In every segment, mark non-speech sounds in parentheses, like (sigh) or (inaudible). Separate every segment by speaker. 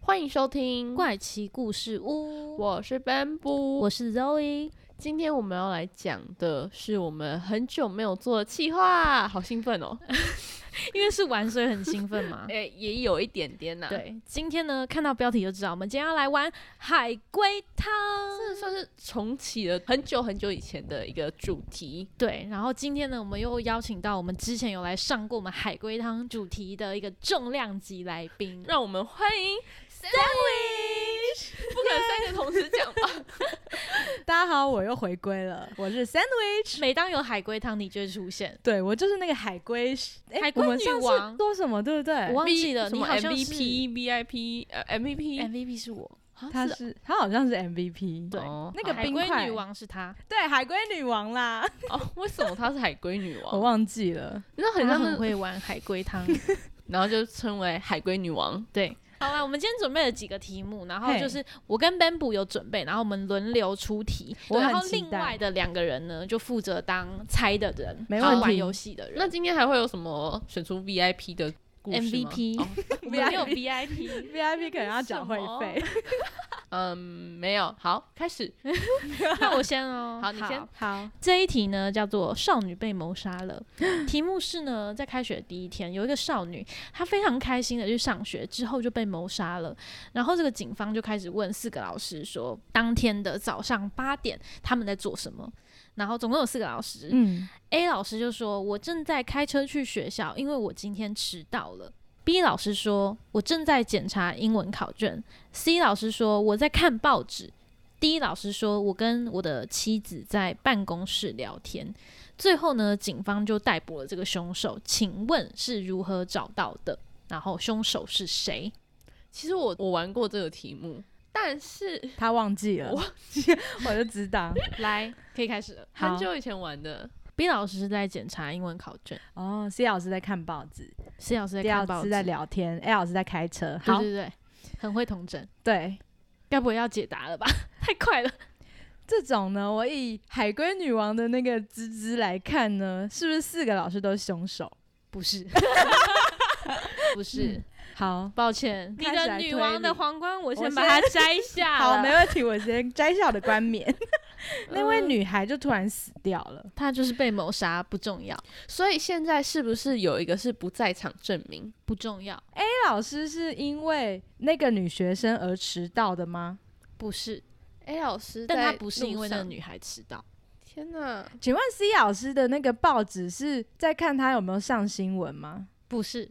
Speaker 1: 欢迎收听，
Speaker 2: 怪奇故事屋，
Speaker 1: 我是 Bamboo，
Speaker 2: 我是 Zoe。
Speaker 1: 今天我们要来讲的是我们很久没有做的企划，好兴奋哦！
Speaker 2: 因为是玩，所以很兴奋嘛。
Speaker 1: 诶、也有一点点呐、，
Speaker 2: (laughs) 对，今天呢，看到标题就知道，我们今天要来玩海龟汤。
Speaker 1: 这算是重启了很久很久以前的一个主题。
Speaker 2: 对，然后今天呢，我们又邀请到我们之前有来上过我们海龟汤主题的一个重量级来宾。
Speaker 1: 让我们欢迎 Sandwich，不可能三个同时讲 (laughs) 吧？
Speaker 3: 大家好，我又回归了，我是 Sandwich。
Speaker 2: 每当有海龟汤，你就会出现。
Speaker 3: 对，我就是那个海龟，诶
Speaker 2: 海龟
Speaker 3: 我们上
Speaker 2: 女
Speaker 3: 次
Speaker 2: 王
Speaker 3: 说什么对不对
Speaker 2: 我？忘记了，
Speaker 1: 什
Speaker 2: 你
Speaker 1: 么
Speaker 2: 好像是
Speaker 1: MVP、VIP、呃 MVP，
Speaker 2: MVP 是我，
Speaker 1: 啊
Speaker 3: 她
Speaker 1: 是
Speaker 3: 是她好像是 MVP，
Speaker 2: 对
Speaker 1: 哦
Speaker 3: 那个
Speaker 1: 好
Speaker 2: 海
Speaker 3: 冰
Speaker 2: 龟
Speaker 3: 块
Speaker 2: 女王是她，
Speaker 3: 对，海龟女王啦，
Speaker 1: 哦，为什么她是海龟女
Speaker 3: 我
Speaker 1: 王？
Speaker 3: 忘记了。
Speaker 1: 你知道很
Speaker 2: 她
Speaker 1: 像
Speaker 2: 很
Speaker 1: 是，
Speaker 2: 会玩海龟 (laughs) 汤。
Speaker 1: 然后就称为海龟女王。
Speaker 2: 对，好啦，我们今天准备了几个题目，然后
Speaker 3: 嘿
Speaker 2: 就是我跟 Bamboo 有准备，然后我们轮流出题，
Speaker 3: 我
Speaker 2: 然
Speaker 3: 很
Speaker 2: 后
Speaker 3: 期
Speaker 2: 另
Speaker 3: 待
Speaker 2: 外的两个人呢就负责当猜的人，
Speaker 3: 没
Speaker 2: 然后
Speaker 3: 问
Speaker 2: 玩
Speaker 3: 题
Speaker 2: 游戏的人
Speaker 1: 那今天还会有什么选出 VIP 的故事吗
Speaker 2: MVP
Speaker 1: 哦
Speaker 2: (laughs) 我们没有 VIP。
Speaker 3: VIP 可能要缴会费，
Speaker 1: 嗯，没有。好，开始。
Speaker 2: 那我先哦，
Speaker 1: 好你先
Speaker 3: 好，
Speaker 2: 这一题呢叫做“少女被谋杀了”，题目是呢，在开学的第一天，有一个少女，她非常开心的去上学，之后就被谋杀了。然后这个警方就开始问四个老师说，当天的早上八点他们在做什么？然后总共有四个老师、
Speaker 3: 嗯，
Speaker 2: a 老师就说：“我正在开车去学校，因为我今天迟到了。” B 老师说：“我正在检查英文考卷。” C 老师说：“我在看报纸。” D 老师说：“我跟我的妻子在办公室聊天。”最后呢，警方就逮捕了这个凶手。请问是如何找到的？然后凶手是谁？
Speaker 1: 其实我我玩过这个题目，但是
Speaker 3: 她忘记了，
Speaker 1: 我
Speaker 3: (laughs) 我就知道。
Speaker 2: 来，可以开始了。
Speaker 3: 好
Speaker 1: 很久以前玩的，
Speaker 2: B 老师在检查英文考卷
Speaker 3: 哦，C 老师在看报纸
Speaker 2: ，C 老师在
Speaker 3: ，D
Speaker 2: 看
Speaker 3: 老
Speaker 2: 报
Speaker 3: 师
Speaker 2: 纸，
Speaker 3: 在聊天，A 老师在开车。
Speaker 2: 对
Speaker 3: 好，
Speaker 2: 对对，很会童真。
Speaker 3: 对
Speaker 2: 该不会要解答了吧？ (laughs) 太快了。
Speaker 3: 这种呢，我以海龟女王的那个资质来看呢，是不是四个老师都是凶手？
Speaker 2: 不是，不是，
Speaker 3: 好，
Speaker 2: 抱
Speaker 3: (laughs)
Speaker 2: 歉，你
Speaker 3: 开始
Speaker 2: 的
Speaker 3: 来
Speaker 2: 女
Speaker 3: 推
Speaker 2: 王的
Speaker 3: 理
Speaker 2: 皇冠，我先
Speaker 3: 我
Speaker 2: 把
Speaker 3: 先 (laughs)
Speaker 2: 它摘下
Speaker 3: 好，
Speaker 2: 了
Speaker 3: 没问题，我先摘下我的冠冕。那位
Speaker 2: 嗯
Speaker 3: 女孩就突然死掉了，
Speaker 2: 她就是被谋杀，不重要，
Speaker 1: 所以现在是不是有一个是不在场证明？
Speaker 2: 不重要，
Speaker 3: 那老师是因为那个女学生而迟到的吗？
Speaker 2: 不是，
Speaker 1: 哎，老师，
Speaker 2: 但她不是因为那个。女孩迟到，
Speaker 1: 天哪，
Speaker 3: 请问 C 老师的那个报纸是在看她有没有上新闻吗？
Speaker 2: 不是，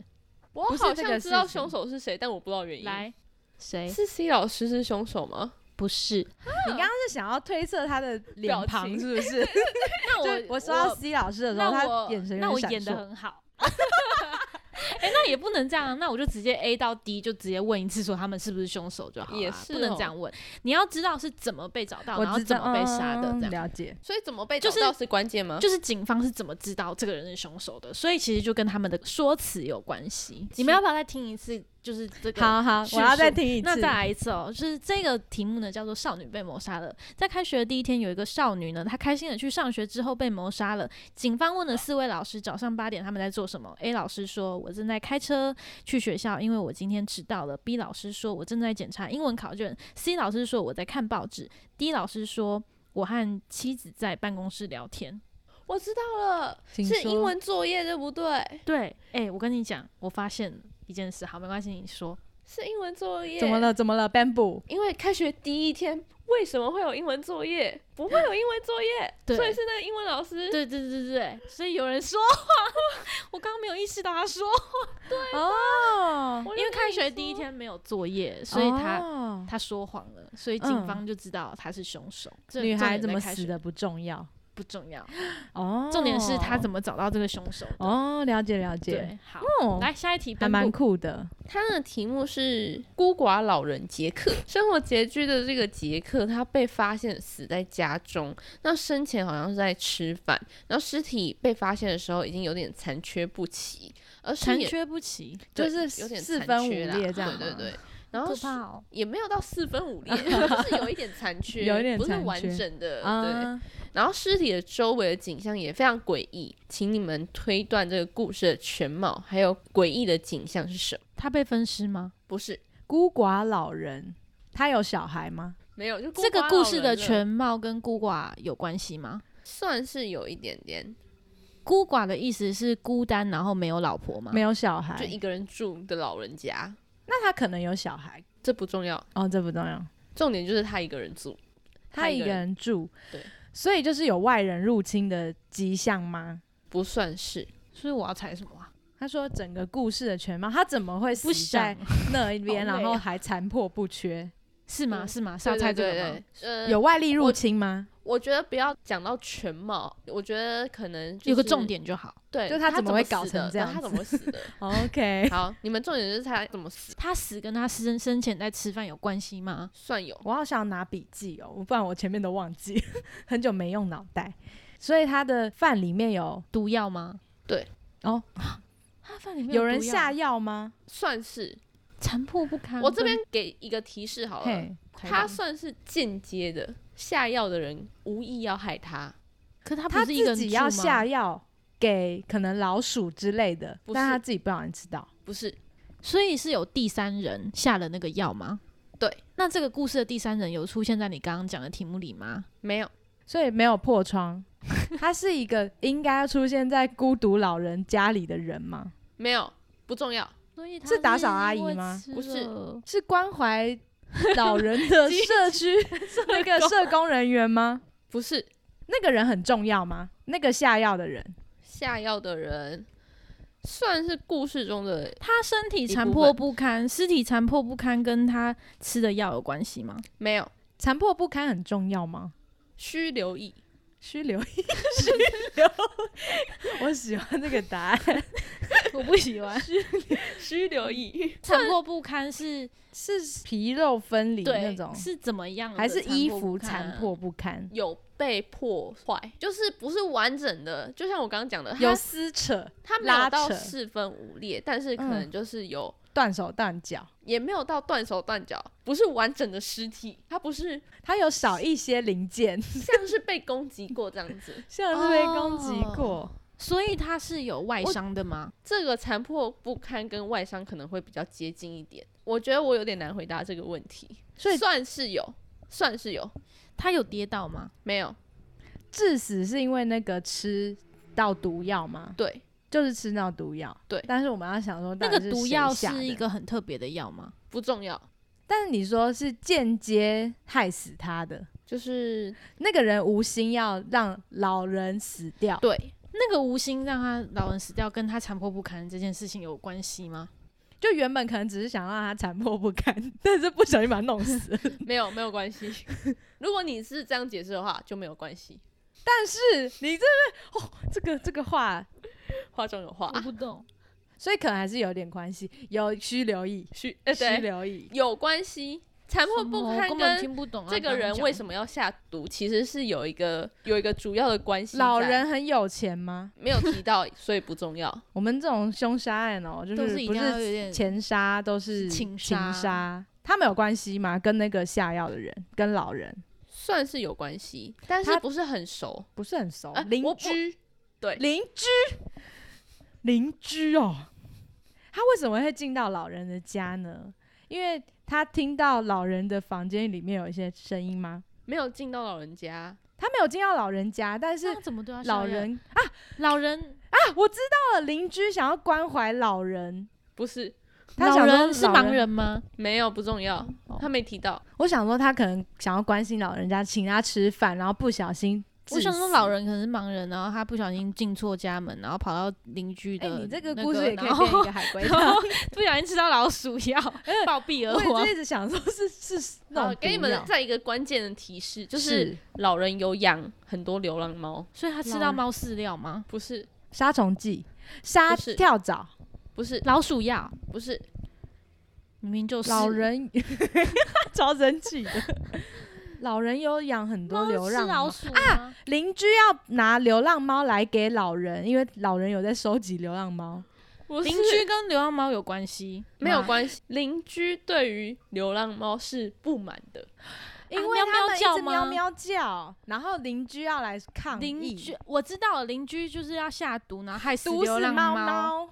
Speaker 1: 我
Speaker 3: 不是
Speaker 1: 好
Speaker 3: 这
Speaker 1: 像
Speaker 3: 个
Speaker 1: 知
Speaker 3: 事
Speaker 1: 道
Speaker 3: 情
Speaker 1: 凶手是谁，但我不知道原因。
Speaker 2: 来，谁？
Speaker 1: 是 C 老师是凶手吗？
Speaker 2: 不是，
Speaker 3: 你刚刚是想要推测她的脸
Speaker 1: 表
Speaker 3: 庞
Speaker 1: 情
Speaker 3: 是不是？
Speaker 2: 那
Speaker 3: 就我说到 C 老师的时
Speaker 2: 那
Speaker 3: 候，
Speaker 2: 我
Speaker 3: 她眼神
Speaker 2: 那
Speaker 3: 有
Speaker 2: 我
Speaker 3: 点
Speaker 2: 演的
Speaker 3: 闪烁。
Speaker 2: 很好。 (laughs) 哎、那也不能这样，那我就直接 A 到 D，就直接问一次，说他们是不是凶手就好了，啊
Speaker 1: 也是
Speaker 2: 不能
Speaker 1: 哦
Speaker 2: 这样问。你要知道是怎么被找到，然
Speaker 3: 我
Speaker 2: 后
Speaker 3: 知
Speaker 2: 怎
Speaker 3: 道
Speaker 2: 么被杀的，
Speaker 3: 嗯
Speaker 2: 这样。
Speaker 3: 了解。
Speaker 1: 所以怎么被
Speaker 2: 就
Speaker 1: 找
Speaker 2: 是
Speaker 1: 到是关键吗？
Speaker 2: 就是警方是怎么知道这个人是凶手的，所以其实就跟他们的说辞有关系。你们要不要再听一次？就是这个。
Speaker 3: 好好，
Speaker 2: 叙
Speaker 3: 我要再
Speaker 2: 述
Speaker 3: 听一次。
Speaker 2: 那再来一次哦，就是这个题目呢，叫做“少女被谋杀了”。在开学的第一天，有一个少女呢，她开心的去上学之后被谋杀了。警方问了四位老师，早上八点他们在做什么？A 老师说：“我正在开车去学校，因为我今天迟到了。”B 老师说：“我正在检查英文考卷。”C 老师说：“我在看报纸。”D 老师说：“我和妻子在办公室聊天。”
Speaker 1: 我知道了，
Speaker 3: 请
Speaker 1: 是
Speaker 3: 说
Speaker 1: 英文作业对不对？
Speaker 2: 对，哎、我跟你讲，我发现一件事，好，没关系，你说，
Speaker 1: 是英文作业。
Speaker 3: 怎么？了？怎么了？Bamboo，
Speaker 1: 因为开学第一天，为什么会有英文作业？不会有英文作业，
Speaker 2: 对
Speaker 1: 所以是那个英文老
Speaker 3: 嗯
Speaker 1: 师。
Speaker 2: 对对对对，所以有人说 (laughs) 谎，我刚刚没有意识到他说，
Speaker 3: 哦，
Speaker 1: 我就
Speaker 2: 因为
Speaker 1: 跟
Speaker 2: 开
Speaker 1: 你
Speaker 2: 学第一
Speaker 1: 说，
Speaker 2: 天没有作业，所以他、
Speaker 3: 哦嗯
Speaker 2: 他说谎了，所以警方就知道他是凶手。这
Speaker 3: 女孩
Speaker 2: 重点
Speaker 3: 怎
Speaker 2: 在
Speaker 3: 么
Speaker 2: 开
Speaker 3: 死
Speaker 2: 学？
Speaker 3: 的不重要，
Speaker 2: 不重要，
Speaker 3: 哦，
Speaker 2: 重点是他怎么找到这个凶手的。
Speaker 3: 哦，了解了解，
Speaker 2: 对，好，
Speaker 3: 哦，
Speaker 2: 来下一题，
Speaker 3: 还
Speaker 2: 本
Speaker 3: 蛮
Speaker 2: 部
Speaker 3: 酷的。
Speaker 1: 他的题目是孤寡老人杰克，生活拮据的这个杰克，他被发现死在家中，那生前好像是在吃饭，然后尸体被发现的时候已经有点残缺不齐，而
Speaker 2: 残
Speaker 1: 残
Speaker 2: 缺不齐，
Speaker 1: 就是
Speaker 3: 就是
Speaker 1: 有点
Speaker 3: 四
Speaker 1: 残
Speaker 3: 分
Speaker 1: 缺
Speaker 3: 五
Speaker 1: 啦
Speaker 3: 裂这样
Speaker 1: 对对
Speaker 3: 吗
Speaker 1: 对。然后
Speaker 2: 可怕哦。
Speaker 1: 也没有到四分五
Speaker 3: (laughs)
Speaker 1: 裂，就是有一点残缺，
Speaker 3: 有一点
Speaker 1: 不是
Speaker 3: 残
Speaker 1: 完
Speaker 3: 缺
Speaker 1: 整的，呃对。
Speaker 3: 啊，
Speaker 1: 然后尸体的周围的景象也非常诡异，请你们推断这个故事的全貌，还有诡异的景象是什么？
Speaker 2: 他被分尸吗？
Speaker 1: 不是，
Speaker 3: 孤寡老人，他有小孩吗？
Speaker 1: 没有，就孤
Speaker 2: 这个
Speaker 1: 寡
Speaker 2: 故
Speaker 1: 老
Speaker 2: 事
Speaker 1: 人
Speaker 2: 的
Speaker 1: 了
Speaker 2: 全貌跟孤寡有关系吗？
Speaker 1: 算是有一点点，
Speaker 2: 孤寡的意思是孤单，然后没有老婆吗？
Speaker 3: 没
Speaker 2: 有，
Speaker 3: 有小
Speaker 2: 哎
Speaker 1: 就
Speaker 3: 孩，
Speaker 1: 一个人住的老人家，
Speaker 3: 那他可能有小孩
Speaker 1: 这不重要，
Speaker 3: 哦，这不重要。
Speaker 1: 重点就是他一个人住，
Speaker 3: 他一
Speaker 1: 一
Speaker 3: 个
Speaker 1: 人
Speaker 3: 人住，
Speaker 1: 对，
Speaker 3: 所以就是有外人入侵的迹象吗？
Speaker 1: 不算是，
Speaker 2: 所以我要猜什么啊？
Speaker 3: 他说整个故事的全貌，他怎么会死
Speaker 2: 不
Speaker 3: 在
Speaker 2: 想
Speaker 3: 那一边，
Speaker 1: 好累
Speaker 3: 然
Speaker 1: 啊
Speaker 3: 后还残破不缺？
Speaker 2: 是吗？
Speaker 1: 嗯
Speaker 2: 是吗？是要
Speaker 1: 对
Speaker 2: 猜
Speaker 1: 对
Speaker 2: 这
Speaker 1: 对
Speaker 2: 个吗
Speaker 1: 对？，呃，
Speaker 3: 有外力入侵吗？
Speaker 1: 我觉得不要讲到全貌，我觉得可能、
Speaker 2: 有个重，点就好。
Speaker 1: 对，
Speaker 3: 就他
Speaker 1: 他
Speaker 3: 怎么会
Speaker 1: 死
Speaker 3: 搞成
Speaker 1: 的
Speaker 3: 这
Speaker 1: 对
Speaker 3: 样
Speaker 1: 他怎么会死
Speaker 2: (laughs)
Speaker 1: 的？
Speaker 3: OK，
Speaker 1: 好，你们重点就是他怎么死，
Speaker 2: 他死跟他生生前在吃饭有关系吗？
Speaker 1: 算有，
Speaker 3: 我好想拿笔记哦，不然我前面都忘记， (laughs) 很久没用脑袋。所以他的饭里面有
Speaker 2: 毒药吗？
Speaker 1: 对。
Speaker 3: 哦，
Speaker 2: (laughs) 他饭里面
Speaker 3: 有
Speaker 2: 毒
Speaker 3: 人
Speaker 2: 药
Speaker 3: 下药吗？
Speaker 1: 算是。
Speaker 2: 残破不堪。
Speaker 1: 我这边给一个提示
Speaker 2: 呃
Speaker 1: 好了，
Speaker 3: 嘿，
Speaker 2: 快
Speaker 1: 他
Speaker 2: 点，
Speaker 1: 算是间接的，下药的人无意要害他，
Speaker 2: 可他不
Speaker 3: 他
Speaker 2: 是一个
Speaker 3: 自
Speaker 2: 人
Speaker 3: 己
Speaker 2: 住
Speaker 3: 要
Speaker 2: 吗
Speaker 3: 下，药给可能老鼠之类的，
Speaker 1: 不
Speaker 3: 但
Speaker 1: 是
Speaker 3: 他自己不小心吃到。
Speaker 1: 不是
Speaker 2: 所以是有第三人下了那个药吗？
Speaker 1: 对。
Speaker 2: 那这个故事的第三人有出现在你刚刚讲的题目里吗？
Speaker 1: 没有。
Speaker 3: 所以没有破窗。 (laughs) 他是一个应该要出现在孤独老人家里的人吗？
Speaker 1: 没有，不重要。
Speaker 2: 所以他
Speaker 3: 是打扫阿姨吗
Speaker 2: 因
Speaker 1: 不
Speaker 2: 为吃
Speaker 1: 是
Speaker 2: 了
Speaker 3: 是关怀老人
Speaker 2: (laughs)
Speaker 3: 的社区那个社工人员吗？
Speaker 1: 不是
Speaker 3: 那个人很重要吗？那个下药的人，
Speaker 1: 下药的人，算是故事中的
Speaker 2: 他身体残破不堪，尸体残破不堪，跟他吃的药有关系吗？
Speaker 1: 没有，
Speaker 3: 残破不堪很重要吗？
Speaker 1: 需留意。
Speaker 3: 需留
Speaker 2: (laughs)
Speaker 3: 意，需留 (laughs) 意，我喜欢这个答案。
Speaker 2: (laughs) 我不喜欢。
Speaker 1: 需留意，
Speaker 2: 残破不堪是
Speaker 3: 是皮肉分离那
Speaker 2: 对
Speaker 3: 种，
Speaker 2: 是怎么样的
Speaker 3: 还是衣服
Speaker 2: 残
Speaker 3: 残
Speaker 2: 破
Speaker 3: 破
Speaker 2: 不堪？啊
Speaker 3: 不堪？
Speaker 1: 有被破坏，就是不是完整的。就像我刚刚讲
Speaker 2: 嗯
Speaker 1: 的，
Speaker 3: 有
Speaker 1: 他
Speaker 3: 撕扯、
Speaker 1: 他没
Speaker 3: 拉
Speaker 1: 有到
Speaker 3: 扯
Speaker 1: 四分五裂，但是可
Speaker 3: 嗯
Speaker 1: 能就是有，
Speaker 3: 断手断脚，
Speaker 1: 也没有到断手断脚，不是完整的尸体，他不是
Speaker 3: 他有少一些零件，
Speaker 1: 像是被攻击过这样
Speaker 3: (laughs)
Speaker 1: 子。
Speaker 3: 像是被攻击
Speaker 2: 哦
Speaker 3: 过。
Speaker 2: 所以他是有外伤的吗？
Speaker 1: 这个残破不堪跟外伤可能会比较接近一点。我觉得我有点难回答这个问题，
Speaker 3: 所以
Speaker 1: 算是有，算是有，
Speaker 2: 他有跌倒吗？
Speaker 1: 没有
Speaker 3: 致死是因为那个吃到毒药吗？
Speaker 1: 对，
Speaker 3: 就是吃到毒药。
Speaker 1: 对
Speaker 3: 但是我们要想说，
Speaker 2: 那个毒药
Speaker 3: 是
Speaker 2: 是一，个很特别的药吗？
Speaker 1: 不重要，
Speaker 3: 但是你说是间接害死他的，
Speaker 1: 就是
Speaker 3: 那个人无心要让老人死掉，
Speaker 1: 对，
Speaker 2: 那个无心让他老人死掉，跟他残破不堪这件事情有关系吗？
Speaker 3: 就原本可能只是想让他残破不堪， (laughs) 但是不小心把他弄死了。
Speaker 1: (laughs) 没有没有关系。如果你是这样解释的话，就没有关系。
Speaker 3: 但是你这是哦，这个这个话，
Speaker 1: 话中有话，啊
Speaker 2: 我不懂，
Speaker 3: 所以可能还是有点关系，有需留意，
Speaker 1: 需呃
Speaker 3: 需
Speaker 1: 对，
Speaker 3: 留意。
Speaker 1: 有关系。残破不
Speaker 2: 啊我
Speaker 1: 堪
Speaker 2: 根本
Speaker 1: 跟
Speaker 2: 听不懂啊。
Speaker 1: 这个人为什
Speaker 2: 么？
Speaker 1: 么要下毒，其实是有一个有一个主要的关系在。
Speaker 3: 老人很有钱吗？
Speaker 1: 没有提到，所以不重要。
Speaker 3: 我们这种凶杀案哦、就
Speaker 2: 都
Speaker 3: 是
Speaker 2: 是一
Speaker 3: 不
Speaker 2: 定要
Speaker 3: 是
Speaker 2: 有点
Speaker 3: 前杀都是
Speaker 2: 情杀
Speaker 3: 杀，他们有关系吗？跟那个下药的人，跟老人
Speaker 1: 算是有关系，但是
Speaker 3: 他
Speaker 1: 不是很熟。
Speaker 3: 不是很熟
Speaker 1: 哎，
Speaker 3: 邻、
Speaker 1: 我
Speaker 3: 居，
Speaker 1: 对
Speaker 3: 邻居，邻居哦，他为什么会进到老人的家呢？因为他听到老人的房间里面有一些声音吗？
Speaker 1: 没有进到老人家，
Speaker 3: 他没有进到老人家，但是
Speaker 2: 那怎么对他下药
Speaker 3: 老人
Speaker 2: 老人
Speaker 3: 啊，我知道了，邻居想要关怀老人，
Speaker 1: 不是
Speaker 3: 他
Speaker 2: 老
Speaker 3: 想说
Speaker 2: 人是
Speaker 3: 老
Speaker 2: 盲人吗？
Speaker 1: 没有不重要
Speaker 3: 哦， (laughs)
Speaker 1: 他没提到，
Speaker 3: 我想说，他可能想要关心老人家，请他吃饭，然后不小心
Speaker 2: 我想说
Speaker 1: 致死
Speaker 2: 老人可能是盲人，然后他不小心进错家门，然后跑到邻居
Speaker 3: 哎、
Speaker 2: 的、那
Speaker 3: 你这个故事也可以
Speaker 2: 然
Speaker 3: 变一
Speaker 2: 后
Speaker 3: 个海龟
Speaker 2: 然
Speaker 3: 汤。
Speaker 2: (laughs) 后不小心吃到老鼠药，暴毙而
Speaker 3: 我
Speaker 2: 亡
Speaker 3: 也。是一直想说是，是是那
Speaker 1: 好，
Speaker 3: 种
Speaker 1: 给你
Speaker 3: 毒
Speaker 1: 们
Speaker 3: 药
Speaker 1: 再一个关键的提示，就是老人有养很多流浪猫，
Speaker 2: (laughs) 所以他吃
Speaker 3: 老
Speaker 2: 到
Speaker 3: 人
Speaker 2: 猫饲料吗？
Speaker 1: 不是，
Speaker 3: 杀虫剂、杀
Speaker 1: 不是
Speaker 3: 跳蚤、
Speaker 1: 不是，
Speaker 2: 老鼠药
Speaker 1: 不是，
Speaker 2: 明明就是
Speaker 3: 老人，超生气的。老人有养很多
Speaker 2: 猫
Speaker 3: 流
Speaker 2: 吃
Speaker 3: 浪
Speaker 2: 老
Speaker 3: 猫
Speaker 2: 鼠啊，
Speaker 3: 邻居要拿流浪猫来给老人，因为老人有在收集流浪猫。
Speaker 1: 不是
Speaker 2: 邻居跟流浪猫有关系？
Speaker 1: 没有
Speaker 2: 吗
Speaker 1: 关系。邻居对于流浪猫是不满的，
Speaker 3: 因
Speaker 2: 啊
Speaker 3: 为
Speaker 2: 喵
Speaker 3: 他
Speaker 2: 喵
Speaker 3: 们一
Speaker 2: 叫
Speaker 3: 直喵
Speaker 2: 吗
Speaker 3: 喵叫，然后邻居要来抗议，
Speaker 2: 邻居我知道了，邻居就是要下嗯毒，然后害死
Speaker 3: 毒
Speaker 2: 流
Speaker 3: 死
Speaker 2: 浪
Speaker 3: 猫猫。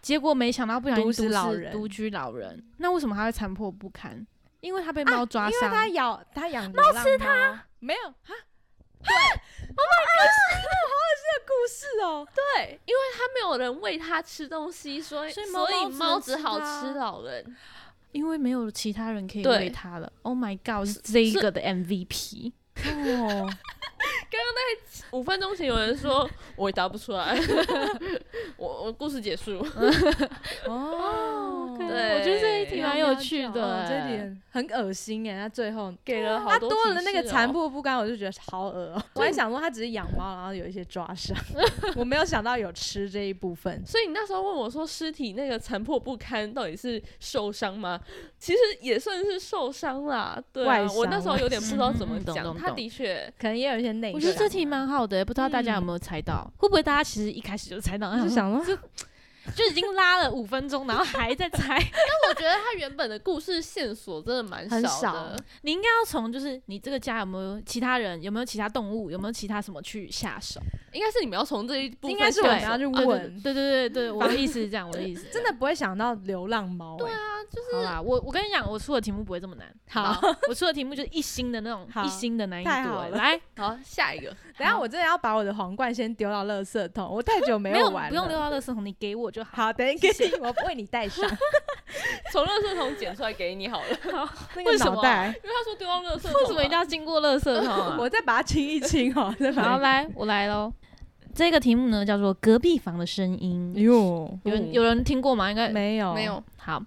Speaker 2: 结果没想到不小心
Speaker 3: 毒
Speaker 2: 毒
Speaker 3: 死老人
Speaker 2: 独居老人。那为什么他会残破不堪？因为他被
Speaker 3: 啊
Speaker 2: 猫抓
Speaker 3: 因为
Speaker 2: 伤。
Speaker 3: 它咬它养猫吃它，没有啊？对，我好恶心的故事哦！
Speaker 1: 对，因为他没有人喂它吃东西，所以
Speaker 2: 所以猫
Speaker 1: 所以
Speaker 2: 猫
Speaker 1: 猫
Speaker 2: 只
Speaker 1: 只
Speaker 2: 能
Speaker 1: 好
Speaker 2: 吃它
Speaker 1: 吃老人。
Speaker 2: 因为没有其他人可以
Speaker 1: 对
Speaker 2: 喂它了。Oh my god，是这一个的 MVP。
Speaker 3: 哦，
Speaker 1: 五分钟前有人说我也答不出 (laughs) 来，我我故事结束。
Speaker 3: 哦，
Speaker 1: 对
Speaker 2: 我觉得这一题蛮有趣的、
Speaker 3: 哦这
Speaker 2: 欸
Speaker 3: 点很恶心哎，他最后。
Speaker 1: 给了好
Speaker 3: 他
Speaker 1: 多
Speaker 3: 多
Speaker 1: 提
Speaker 3: 了那个
Speaker 1: 示哦
Speaker 3: 残破不堪，我就觉得好恶哦。我还想说他只是养猫，然后有一些抓伤，我没有想到有吃这一部分。
Speaker 1: 所以你那时候问我说，尸体那个残破不堪到底是受伤吗？其实也算是受伤啦，对啊、
Speaker 3: 外伤
Speaker 1: 我那时候有点不知道怎么
Speaker 2: 嗯嗯嗯懂
Speaker 1: 讲，
Speaker 2: 懂
Speaker 1: 他
Speaker 2: 懂
Speaker 1: 的确
Speaker 3: 可能也有一些内伤。
Speaker 2: 我觉得这题蛮好的、不知道大家有没有猜到？啊嗯会不会大家其实一开始就猜到？
Speaker 3: 我就想说，
Speaker 2: (laughs) 就已经拉了五分钟，然后还在 (laughs) 猜。
Speaker 1: 我觉得他原本的故事线索真的蛮
Speaker 3: 很
Speaker 1: 少
Speaker 3: 少
Speaker 1: 的，
Speaker 2: 你应该要从就是你这个家有没有其他人，有没有其他动物，有没有其他什么去下手？
Speaker 1: 应该是你们要从这一部分
Speaker 3: 应该是我们要去
Speaker 1: 下手啊
Speaker 3: 问，
Speaker 2: 对对对对，我的意思是这样，我的意思是这
Speaker 3: 真
Speaker 2: 样
Speaker 3: 的不会想到流浪猫。欸对
Speaker 1: 啊
Speaker 2: 好啦，我我跟你讲，我出的题目不会这么难。
Speaker 3: 好，
Speaker 2: 我出的题目就是一星的那种
Speaker 3: 好
Speaker 2: 一星的难易度、
Speaker 3: 太好
Speaker 2: 欸
Speaker 3: 了
Speaker 2: 来，
Speaker 1: 对好下一个，
Speaker 3: 等一下我真的要把我的皇冠先丢到垃圾桶，我太久没
Speaker 2: 没有
Speaker 3: 玩了。
Speaker 2: 不用丢到垃圾桶，你给我就好。
Speaker 3: 好，等一下给你，我为你带上
Speaker 1: 从垃圾桶捡出来给你好了，因为
Speaker 3: 那个
Speaker 2: 为什么
Speaker 3: 脑袋，
Speaker 1: 他说丢到垃圾桶嘛，
Speaker 2: (laughs) 为什么一定要经过垃圾桶、啊？
Speaker 3: 我再把它清一清哦，再把
Speaker 2: (laughs) 好，
Speaker 3: 它。
Speaker 2: 来，我来喽。这个题目呢叫做《隔壁房的声音》，
Speaker 3: 哟，
Speaker 2: 有人有人听过吗？应该
Speaker 3: 嗯没有
Speaker 1: 没，有？
Speaker 2: 好，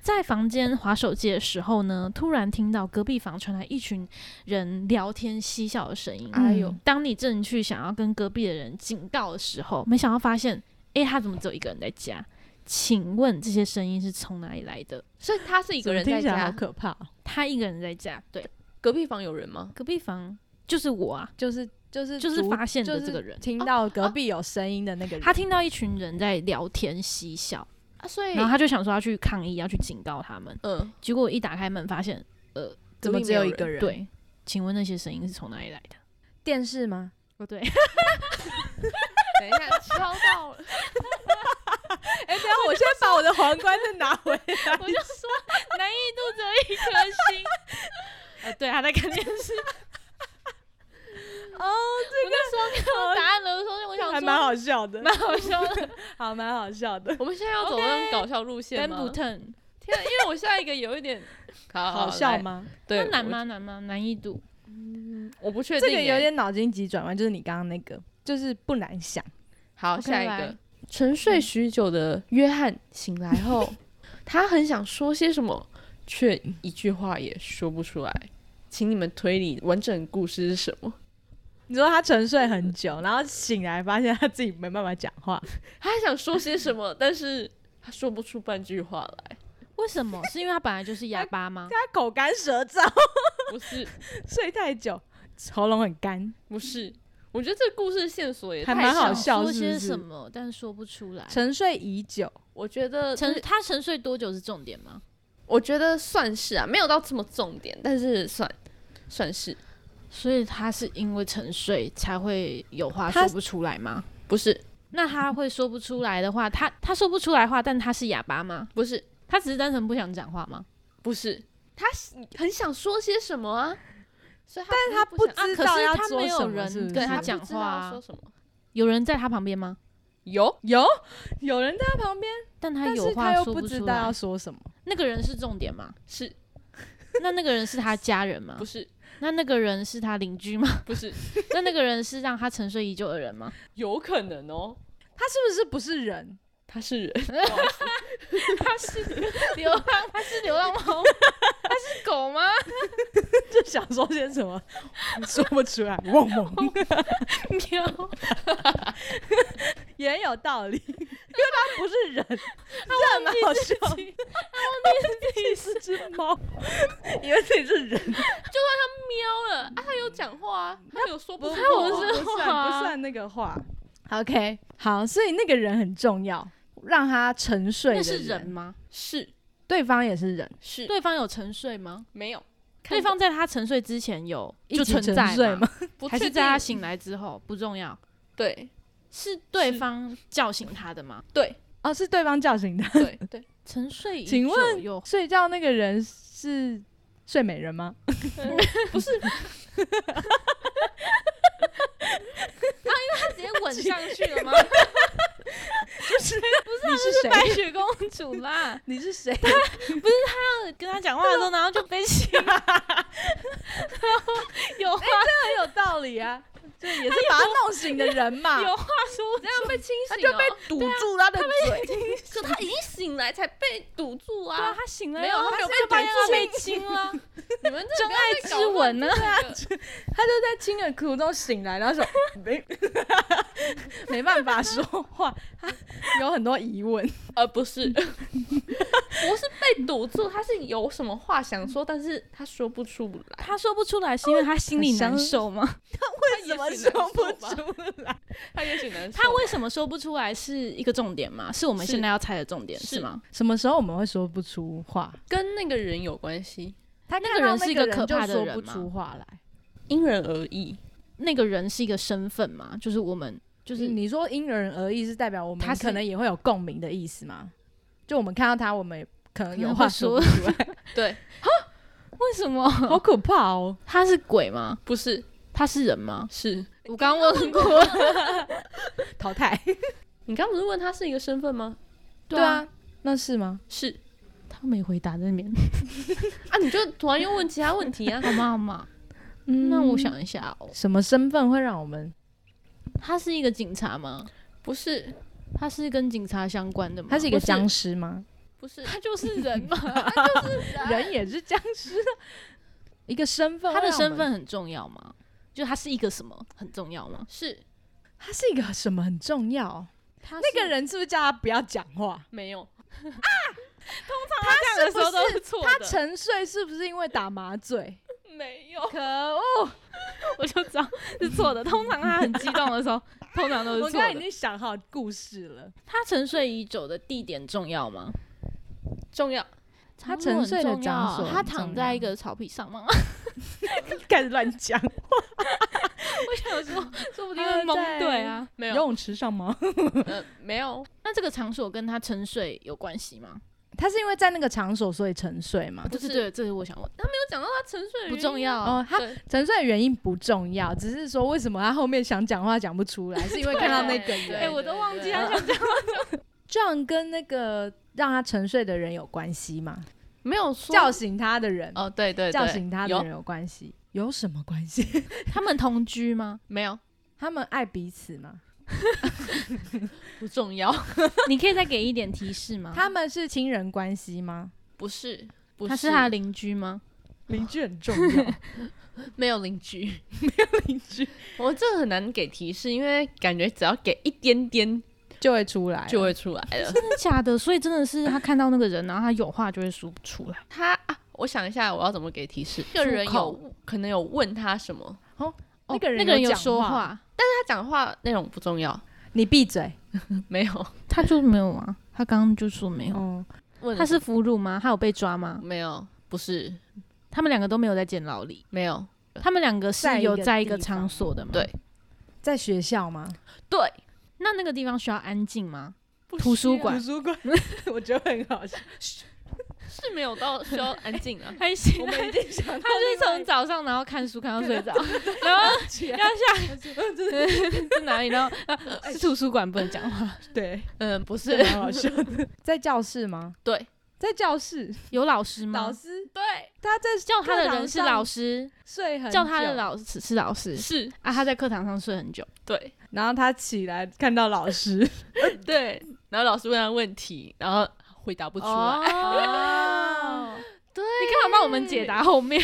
Speaker 2: 在房间划手机的时候呢，突然听到隔壁房传来一群人聊天嬉笑的声音。
Speaker 3: 哎呦
Speaker 2: 嗯当你正去想要跟隔壁的人警告的时候，没想到发现，诶，他怎么只有一个人在家？请问这些声音是从哪里来的？
Speaker 1: 所以他是一
Speaker 3: 一
Speaker 1: 个人在
Speaker 3: 听起来好
Speaker 1: 家，
Speaker 3: 可怕哦，
Speaker 2: 他一个人在家，对，
Speaker 1: 隔壁房有人吗？
Speaker 2: 隔壁房就是我啊，
Speaker 3: 就是就是
Speaker 2: 就是
Speaker 3: 读
Speaker 2: 发现
Speaker 3: 就
Speaker 2: 的
Speaker 3: 是
Speaker 2: 这个人。
Speaker 3: 听到隔壁有声音的那个人，
Speaker 2: 啊他听到一群人在聊天嬉笑，
Speaker 1: 啊，所以
Speaker 2: 然后他就想说要去抗议，要去警告他们。 (laughs)
Speaker 1: 嗯，
Speaker 2: 结果一打开门，发现呃，
Speaker 3: 怎
Speaker 2: 隔
Speaker 3: 么
Speaker 2: 壁
Speaker 3: 只
Speaker 2: 没
Speaker 3: 有
Speaker 2: 有
Speaker 3: 一个人
Speaker 2: 对，请问那些声音是从哪里来的？
Speaker 3: 电视吗？
Speaker 2: 不哦对，
Speaker 1: 等一下敲到了，
Speaker 3: 哎，等一下 (laughs) 我先把我的皇冠再拿回来。
Speaker 2: 我就说难易度只有一颗星。 (laughs) 呃，对，他在看电视。
Speaker 3: 哦，
Speaker 2: 我那时候看到答案的时候，我
Speaker 3: 这
Speaker 2: 想说
Speaker 3: 个还蛮好笑的，
Speaker 2: 蛮好笑的。
Speaker 3: 好，蛮好笑的，
Speaker 1: 我们现在要走那种搞笑路线
Speaker 2: Ben
Speaker 1: 吗？
Speaker 2: Button，
Speaker 1: 天啊，因为我下一个有一点 (laughs) 好
Speaker 3: 好笑？吗？
Speaker 1: 来对，
Speaker 2: 难
Speaker 1: 我？
Speaker 2: 吗？难吗？难易度
Speaker 1: 我不确
Speaker 3: 这
Speaker 1: 定欸，
Speaker 3: 个有点脑筋急转弯，就是你刚刚那个，就是不难想。
Speaker 1: 好。
Speaker 2: OK，
Speaker 1: 下一个
Speaker 2: 来，
Speaker 1: 沉睡许久的约翰醒来后，他很想说些什么，却一句话也说不出来。请你们推理完整故事是什么？
Speaker 3: 你说他沉睡很久，然后醒来发现他自己没办法讲话，
Speaker 1: (laughs) 他还想说些什么，但是他说不出半句话来。
Speaker 2: 为什么？是因为他本来就是哑巴 (laughs) 吗？
Speaker 3: 他口干舌燥，
Speaker 1: 不 (laughs) 是，
Speaker 3: 睡太久，喉咙很干，
Speaker 1: 不是，我觉得这故事线索也
Speaker 3: 还
Speaker 1: 太
Speaker 3: 蛮好
Speaker 1: 少
Speaker 3: 笑
Speaker 2: 说
Speaker 3: 是不
Speaker 2: 些
Speaker 3: 是
Speaker 2: 什么，但说不出来。
Speaker 3: 沉睡已久。
Speaker 1: 我觉得就
Speaker 2: 沉
Speaker 1: 是，
Speaker 2: 他沉睡多久是重点吗？
Speaker 1: 我觉得算是啊，没有到这么重点，但是算算是
Speaker 2: 所以他是因为沉睡才会有话
Speaker 3: 他
Speaker 2: 说不出来吗？
Speaker 1: 不是
Speaker 2: 那他会说不出来的话，他他说不出来话，但他是哑巴吗？
Speaker 1: 不是
Speaker 2: 他只是单纯不想讲话吗？
Speaker 1: 不是，他喜很想说些什么啊，所以他但
Speaker 3: 他不
Speaker 1: 想啊
Speaker 3: 知
Speaker 2: 可
Speaker 3: 道
Speaker 2: 是
Speaker 3: 要
Speaker 2: 他
Speaker 3: 做
Speaker 2: 没有
Speaker 3: 什么
Speaker 2: 人
Speaker 3: 是不是
Speaker 2: 对他
Speaker 1: 他
Speaker 2: 讲
Speaker 1: 不知道
Speaker 2: 话啊
Speaker 1: 说什么。
Speaker 2: 有人在他旁边吗？
Speaker 1: 有
Speaker 3: 有有人在他旁边，
Speaker 2: 但他
Speaker 3: 但
Speaker 2: 有
Speaker 3: 是
Speaker 2: 话
Speaker 3: 他又
Speaker 2: 说
Speaker 3: 不知
Speaker 2: 出
Speaker 3: 道
Speaker 2: 来
Speaker 3: 要。说什么。
Speaker 2: (laughs) 那个人是重点吗？
Speaker 1: 是
Speaker 2: 那那个人是他家人吗
Speaker 1: 不？是？
Speaker 2: 那那个人是他邻居 (laughs) 吗？
Speaker 1: 不是，
Speaker 2: 那那个人是让他沉睡已久的人吗？
Speaker 1: 有可能哦，
Speaker 3: 他是不是不是人？ (laughs)
Speaker 1: 他是人，
Speaker 2: 他是 (laughs) 流浪，他是流浪 (laughs) 猫，他是狗 (laughs) 吗？
Speaker 3: 就想说些什么， (laughs) 说不出来， (laughs) 汪汪，
Speaker 2: 喵，
Speaker 3: 也有道理，因为他不是 (laughs) 人，这蛮好笑。他忘记自 (laughs) 己是只猫，以为自己是人，
Speaker 1: 喵了啊！他有讲话啊，他有说不
Speaker 3: 是
Speaker 1: 错
Speaker 2: 我
Speaker 1: 啊
Speaker 2: 是
Speaker 3: (laughs) 不算
Speaker 2: 话
Speaker 3: 不算那个话。OK，好，所以那个人很重要，让他沉睡
Speaker 2: 那
Speaker 3: 的
Speaker 2: 是人吗？
Speaker 1: 是
Speaker 3: 对方也是人，
Speaker 1: 是，
Speaker 2: 对方有沉睡吗？
Speaker 1: 没有
Speaker 2: 对方在他沉睡之前有
Speaker 3: 一
Speaker 2: 就
Speaker 3: 起
Speaker 2: 存在
Speaker 3: 沉睡
Speaker 2: 吗？
Speaker 1: 不
Speaker 2: 还
Speaker 1: 确
Speaker 2: 是在他
Speaker 1: 定
Speaker 2: 醒来之后？不重要，
Speaker 1: 对
Speaker 2: 是对
Speaker 1: 是
Speaker 2: 方叫醒他的吗？
Speaker 1: 对
Speaker 3: 哦，是对方叫醒的。
Speaker 1: 对对，
Speaker 2: 沉睡已久
Speaker 3: 请问
Speaker 2: 又
Speaker 3: 睡觉那个人是睡美人吗？
Speaker 1: 不是
Speaker 2: 他直接吻上去了吗？
Speaker 3: 你是
Speaker 1: (laughs)
Speaker 3: 谁？
Speaker 2: 白雪公主啦，
Speaker 3: 你是谁？
Speaker 2: 跟他讲话的时候，然后就被亲，然后有话
Speaker 1: 哎
Speaker 3: 很有道理啊，就也是把他弄醒的人 (laughs) 嘛，
Speaker 2: 有话说，
Speaker 1: 这样被清
Speaker 3: 他
Speaker 1: 醒
Speaker 3: 就
Speaker 1: 哦
Speaker 3: 被堵住啊他的嘴，
Speaker 1: 可他已经醒来才被堵住
Speaker 2: 对啊，
Speaker 1: 啊！
Speaker 2: 他醒了，
Speaker 1: 没有
Speaker 2: 然后
Speaker 1: 他
Speaker 2: 就
Speaker 1: 没有
Speaker 2: 发现他
Speaker 1: 被
Speaker 2: 被
Speaker 3: 啊
Speaker 2: 亲了，
Speaker 1: (laughs) 你们
Speaker 2: 真爱之吻呢？
Speaker 1: 啊
Speaker 3: 他就在亲的途中醒来，然后说没 (laughs) 没办法说话，他有很多疑问，
Speaker 1: 呃，不是， (laughs) 不是被堵住，他是有什么话想说，但是他说不出
Speaker 2: (laughs)
Speaker 1: 来。
Speaker 2: 他说不出来是因为他心里难受吗？
Speaker 3: 为什么 (laughs) 说不出来？
Speaker 1: 他也许能，
Speaker 2: 他为什么说不出来是一个重点吗？是我们
Speaker 1: 是
Speaker 2: 现在要猜的重点
Speaker 1: 是
Speaker 2: 是吗？
Speaker 3: 什么时候我们会说不出话？
Speaker 1: 跟那个人有关系，
Speaker 3: 他
Speaker 2: 那个人是一个可怕的
Speaker 3: 就
Speaker 2: 人
Speaker 3: 说不
Speaker 2: 吗
Speaker 3: 出话来。
Speaker 1: 因人而异。
Speaker 2: 那个人是一个身份吗？就是我们就
Speaker 3: 就是
Speaker 2: 是
Speaker 3: 你说因人而异，是代表我们
Speaker 2: 他是
Speaker 3: 可能也会有共鸣的意思吗？就我们看到他，我们也可能
Speaker 2: 可能
Speaker 3: 有
Speaker 2: 会
Speaker 3: 话
Speaker 2: 说
Speaker 3: 说不出来，
Speaker 1: 对，
Speaker 2: 为什 (laughs) 么
Speaker 3: 好可怕哦！
Speaker 2: 他是鬼吗？
Speaker 1: 不是，
Speaker 2: 他是人吗？
Speaker 1: 是
Speaker 2: 我刚问 (laughs) 过，
Speaker 3: 淘汰，
Speaker 1: 你刚不是问他是一个身份吗？
Speaker 2: 对啊，，
Speaker 3: 那是吗？
Speaker 1: 是
Speaker 2: 他没回答在那 (laughs) 边。
Speaker 1: 啊，你就突然又问其他问题啊？
Speaker 2: 好吗？好吗？
Speaker 3: 嗯
Speaker 2: 那我想一下哦，
Speaker 3: 什么身份会让我们？
Speaker 2: 他是一个警察吗？
Speaker 1: 不是，
Speaker 2: 他是跟警察相关的吗？
Speaker 3: 他是一个
Speaker 1: 不是
Speaker 3: 僵尸吗？
Speaker 1: 不是，
Speaker 2: 他就是人嘛，
Speaker 3: (laughs) 人也是僵尸啊， (laughs) 一个身份
Speaker 2: 他
Speaker 3: 会让我
Speaker 2: 的身
Speaker 3: 们，
Speaker 2: 份很重要吗？就他是一个什么很重要吗？
Speaker 1: 是
Speaker 3: 他是一个什么很重要？
Speaker 1: 他
Speaker 3: 那个
Speaker 1: 是
Speaker 3: 人是不是叫他不要讲话？
Speaker 1: (laughs) 没有，
Speaker 3: 他
Speaker 2: 这样的时候都是错
Speaker 3: 他
Speaker 2: 的，
Speaker 3: 沉睡是不是因为打麻醉？
Speaker 1: 没有，
Speaker 3: 可恶！
Speaker 2: (laughs) 我就知道是错的。
Speaker 1: (laughs)
Speaker 2: 通常他很激动的时 (laughs) 候，通常都
Speaker 3: 我
Speaker 2: 是错
Speaker 3: 刚才已
Speaker 2: 的。
Speaker 3: 经想好故事了。
Speaker 2: 他沉睡已久的地点重要吗？
Speaker 1: 重要。
Speaker 3: 他沉睡的
Speaker 2: 场所很重
Speaker 3: 场所
Speaker 2: 要啊
Speaker 3: 很
Speaker 2: 他躺
Speaker 3: 重
Speaker 2: 在
Speaker 3: 要
Speaker 2: 一个草皮上吗？
Speaker 3: (laughs) 开始乱讲，
Speaker 2: (laughs) 我想说，说不定
Speaker 3: 他
Speaker 2: 会蒙
Speaker 3: 在
Speaker 2: 对啊。
Speaker 1: 没
Speaker 3: 游
Speaker 1: 有，
Speaker 3: 泳池上吗？
Speaker 1: 呃，没有，
Speaker 2: 那这个场所跟他沉睡有关系吗？
Speaker 3: 他是因为在那个场所所以沉睡吗？
Speaker 2: 对
Speaker 1: 是
Speaker 2: 对对，哦这是我想问，
Speaker 1: 他没有讲到他沉睡的
Speaker 2: 不
Speaker 1: 原
Speaker 2: 重
Speaker 1: 因
Speaker 2: 要
Speaker 1: 啊。
Speaker 3: 哦，他
Speaker 1: 对
Speaker 3: 沉睡的原因不重要，只是说为什么他后面想讲话讲不出来，是因为看到那个
Speaker 1: 对
Speaker 3: 人
Speaker 2: 哎、。我都忘
Speaker 3: (laughs)
Speaker 2: 记
Speaker 1: 对
Speaker 2: 他想讲，
Speaker 3: 这样跟那个让他沉睡的人有关系吗？
Speaker 1: 没有说
Speaker 3: 叫醒他的人，
Speaker 1: 哦，对对对，
Speaker 3: 叫醒他的
Speaker 1: 有
Speaker 3: 人有关系？有什么关系？ (laughs)
Speaker 2: 他们同居吗？
Speaker 1: 没有
Speaker 3: 他们爱彼此吗？
Speaker 1: 不重要，
Speaker 2: 你可以再给一点提示吗？
Speaker 3: 他们是亲人关系吗？
Speaker 1: 不是不
Speaker 2: 他是他的邻居吗？
Speaker 3: 邻居很重要，
Speaker 1: 没有邻居， (laughs) 没有邻居，我这个很难给提示，因为感觉只要给一点点
Speaker 3: (laughs) 就会出来。
Speaker 1: 就会出来了。
Speaker 2: 真的假的？所以真的是他看到那个人，然后他有话就会说不出来。
Speaker 1: (laughs) 他啊，我想一下，我要怎么给提示？这个人有可能有问他什么，
Speaker 3: 那个
Speaker 2: 哦
Speaker 3: 人
Speaker 2: 那个人有
Speaker 3: 有讲
Speaker 2: 说
Speaker 3: 话
Speaker 2: 话，
Speaker 1: 他讲话内容不重要，
Speaker 3: 你闭嘴。
Speaker 1: 没有
Speaker 2: 他就没有啊，他刚刚就说没有。
Speaker 3: 哦，
Speaker 1: 问了
Speaker 2: 他是
Speaker 1: 什
Speaker 2: 俘虏吗？他有被抓吗
Speaker 1: 么？没有，不是
Speaker 2: 他们两个都没有在监牢里，
Speaker 1: 没有，
Speaker 2: 他们两个
Speaker 3: 在
Speaker 2: 是
Speaker 3: 一
Speaker 2: 有
Speaker 3: 个
Speaker 2: 在一
Speaker 3: 地
Speaker 2: 个
Speaker 3: 方
Speaker 2: 场所的吗？
Speaker 1: 对，
Speaker 3: 在学校吗？
Speaker 1: 对，
Speaker 2: 那那个地方需要安静吗？图书馆。
Speaker 3: 书馆， (laughs) 我觉得很好笑。
Speaker 1: 是没有到需要安静啊
Speaker 2: 还行
Speaker 3: 我
Speaker 2: 啊。
Speaker 3: 们已经想到
Speaker 2: 他就是从
Speaker 3: 另
Speaker 2: 早上然后看书看到睡着， (laughs) 然后
Speaker 3: 外一起
Speaker 2: 要
Speaker 3: 来
Speaker 2: 下 (laughs) 呃是哪里？然后呃是图书馆不能讲话，
Speaker 3: 对，
Speaker 1: (laughs) 嗯，不
Speaker 3: 这
Speaker 1: 是，
Speaker 3: 蛮好笑的。在教室吗？
Speaker 1: 对，
Speaker 3: 在教室，
Speaker 2: (laughs) 有老师吗？
Speaker 3: 老师
Speaker 1: (laughs) 对，
Speaker 3: 他在
Speaker 2: 嗯叫他的人是老
Speaker 3: 师，
Speaker 2: 师，
Speaker 3: 睡很
Speaker 2: 叫他的
Speaker 3: 久
Speaker 2: 老师是老师
Speaker 1: 是，
Speaker 2: 啊，他在课堂上睡很久，
Speaker 1: 对，
Speaker 3: 然后他起来看到老师，
Speaker 1: 对。然后老师问他问题，然后回答不出来。
Speaker 2: 哦， (laughs)
Speaker 1: 对，
Speaker 2: 你干嘛帮我们解答后面？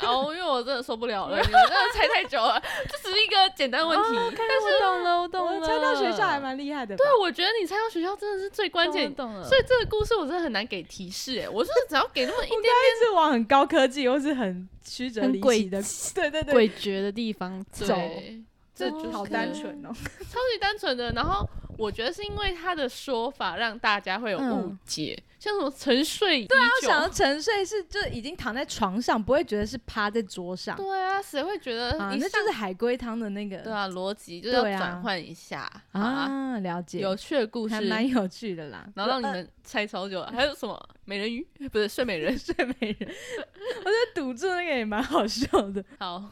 Speaker 1: 哦，因为我真的受不了 (laughs) 了，你们真的猜太久了，这只是一个简单问题。
Speaker 3: 但是我懂了，我
Speaker 1: 懂了
Speaker 3: 猜到学校还蛮厉害的
Speaker 1: 啊
Speaker 3: 吧。
Speaker 1: 对，我觉得你猜到学校真的是最关键。
Speaker 2: 懂了，
Speaker 1: 所以这个故事我真的很难给提示，哎，我是只要给那么一点点，
Speaker 3: 一直往很高科技或是很曲折
Speaker 2: 很
Speaker 3: 离
Speaker 2: 诡
Speaker 3: 奇的，对对对，
Speaker 2: 诡谲的地方
Speaker 1: 对
Speaker 2: 走，
Speaker 3: 这
Speaker 1: 就是
Speaker 3: 好单纯哦。
Speaker 1: 超级单纯的。然后我觉得是因为他的说法让大家会有误
Speaker 3: 嗯
Speaker 1: 解，像什么沉睡已久，对啊
Speaker 3: 他想要沉睡是就已经躺在床上，不会觉得是趴在桌上
Speaker 1: 对啊，谁会觉得
Speaker 3: 啊，
Speaker 1: 一
Speaker 3: 那
Speaker 1: 上
Speaker 3: 就是海龟汤的那
Speaker 1: 对
Speaker 3: 个
Speaker 1: 啊，逻辑就是要
Speaker 3: 对啊
Speaker 1: 转换一下好啊。
Speaker 3: 啊，了解，
Speaker 1: 有趣的故事
Speaker 3: 还，蛮有趣的 (laughs) 啦。
Speaker 1: 然后让你们猜超久了，还有什么美人鱼？不是睡美人。
Speaker 3: 睡美人，我觉得赌注那个也蛮好笑的。
Speaker 1: (laughs) 好，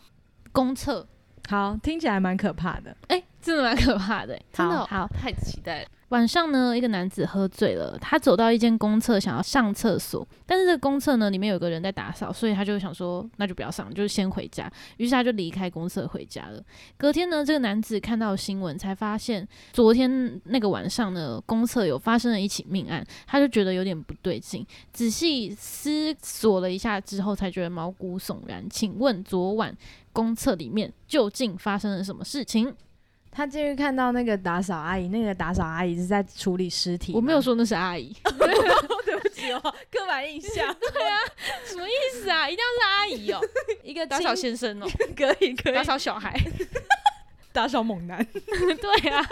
Speaker 2: 公厕，
Speaker 3: (laughs) 好，听起来蛮可怕的。
Speaker 2: 哎，真的蛮可怕的，
Speaker 1: 真的哦
Speaker 2: 好。
Speaker 1: 太期 (laughs) 待了。
Speaker 2: 晚上呢，一个男子喝醉了，他走到一间公厕，想要上厕所，但是这个公厕呢，里面有个人在打扫，所以他就想说，那就不要上，就是先回家。于是他就离开公厕回家了。隔天呢，这个男子看到新闻，才发现昨天那个晚上呢，公厕有发生了一起命案，他就觉得有点不对劲，仔细思索了一下之后，才觉得毛骨悚然。请问昨晚公厕里面究竟发生了什么事情？
Speaker 3: 他进去看到那个打扫阿姨，那个打扫阿姨是在处理尸体吗。
Speaker 2: 我没有
Speaker 3: (laughs)
Speaker 2: 说那是阿姨。
Speaker 3: 对不起哦，刻板印象。
Speaker 2: 什么意思啊？一定要是阿 (laughs) 姨哦，
Speaker 3: 一个
Speaker 2: 打扫
Speaker 3: 清
Speaker 2: 先生 (laughs) 哦，
Speaker 3: (laughs) 可以可以
Speaker 2: 打扫小孩。
Speaker 3: 打扫猛男，
Speaker 2: 对啊，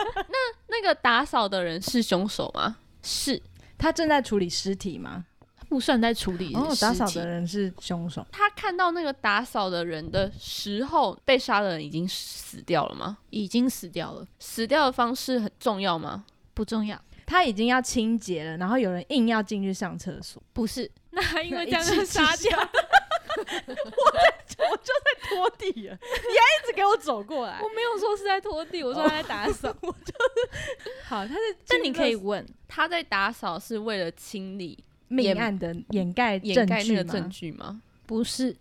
Speaker 1: 那个打扫的人是凶手吗？
Speaker 2: 是
Speaker 3: 他正在处理尸体吗？
Speaker 2: 不算在处理
Speaker 3: 哦，打扫
Speaker 2: 尸体
Speaker 3: 的人是凶手。
Speaker 1: 他看到那个打扫的人的时候，被杀的人已经死掉了吗？
Speaker 2: 已经死掉了，
Speaker 1: 死掉的方式很重要吗？
Speaker 2: 不重要，
Speaker 3: 他已经要清洁了，然后有人硬要进去上厕所，
Speaker 2: 不是。那还因为这样
Speaker 3: 一
Speaker 2: 就
Speaker 3: 气之
Speaker 2: 杀掉
Speaker 3: 下，我就在拖地了，你还一直给我走过来
Speaker 2: 我。没有说是在拖地， (laughs) 我说他在打扫。
Speaker 3: 好，他是
Speaker 2: 但你可以问，
Speaker 1: (laughs) 他在打扫是为了清理、
Speaker 3: 命案的掩盖
Speaker 1: 掩
Speaker 3: 证
Speaker 1: 盖那
Speaker 3: 据
Speaker 1: 个
Speaker 3: 吗？
Speaker 1: 证据吗？
Speaker 2: 不是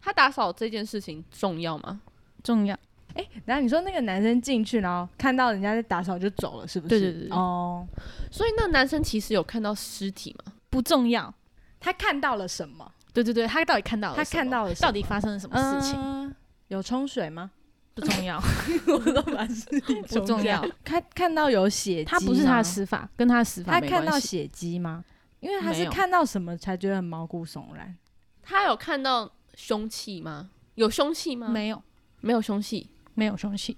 Speaker 1: 他打扫这件事情重要吗？
Speaker 2: 重要。
Speaker 3: 哎、然后你说那个男生进去，然后看到人家在打扫就走了，是不是？
Speaker 2: 对对对对
Speaker 3: 哦，
Speaker 1: 所以那男生其实有看到尸体吗？
Speaker 2: 不重要。
Speaker 3: 他看到了什么？
Speaker 2: 对对对，他到底看到了
Speaker 3: 他
Speaker 2: 什么
Speaker 3: 看到了什么
Speaker 2: 到底发生了什么事情？
Speaker 3: 嗯有冲水吗？
Speaker 2: 不重 (laughs) 要，
Speaker 3: 我都把尸
Speaker 2: (laughs)
Speaker 3: 体
Speaker 2: 不重要。
Speaker 3: 看看到有血迹吗，
Speaker 2: 他不是他的死法，跟他的死法
Speaker 3: 他
Speaker 2: 没
Speaker 3: 看到
Speaker 2: 关系。
Speaker 3: 血迹吗？因为他
Speaker 1: 没
Speaker 3: 是
Speaker 1: 有
Speaker 3: 看到什么才觉得很毛骨悚然？
Speaker 1: 他有看到凶器吗？有凶器吗？，
Speaker 2: 没有，
Speaker 1: 没有凶器。
Speaker 2: 没有凶器。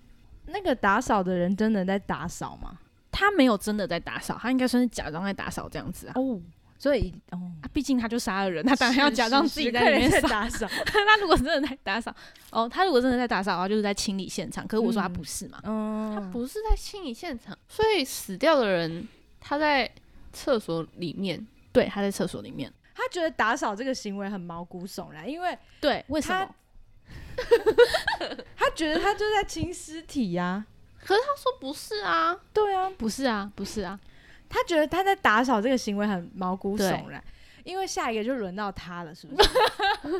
Speaker 3: 那个打扫的人真的在打扫吗？
Speaker 2: 他没有真的在打扫，他应该算是假装在打扫这样子啊。
Speaker 3: 哦，所以哦，
Speaker 2: 啊，毕竟他就杀了人，他当然
Speaker 3: 是
Speaker 2: 要假装
Speaker 3: 是
Speaker 2: 自己
Speaker 3: 是
Speaker 2: 在里面
Speaker 3: 在
Speaker 2: 扫。
Speaker 3: 打
Speaker 2: (laughs)
Speaker 3: 扫。
Speaker 2: 他如果真的在打扫，哦，他如果真的在打扫的话，就是在清理现场。可是我说他
Speaker 3: 嗯
Speaker 2: 不是嘛，
Speaker 1: 他
Speaker 3: 嗯，
Speaker 1: 不是在清理现场，所以死掉的人他在厕所里面。
Speaker 2: 对，他在厕所里面。
Speaker 3: 他觉得打扫这个行为很毛骨悚然，因为
Speaker 2: 对，为什
Speaker 3: 他
Speaker 2: 么？
Speaker 3: (laughs) 他觉得他就在清尸体呀、
Speaker 1: 可是他说不是啊，
Speaker 3: 对啊，
Speaker 2: 不是啊，不是啊，
Speaker 3: 他觉得他在打扫这个行为很毛骨悚然，因为下一个就轮到他了，是不